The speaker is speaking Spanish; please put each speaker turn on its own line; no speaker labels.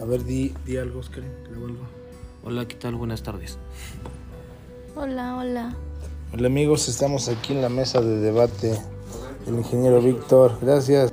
A ver, di, di algo, Oscar. grabo algo.
Hola, ¿qué tal? Buenas tardes.
Hola, hola.
Hola amigos, estamos aquí en la mesa de debate. El ingeniero Víctor, gracias.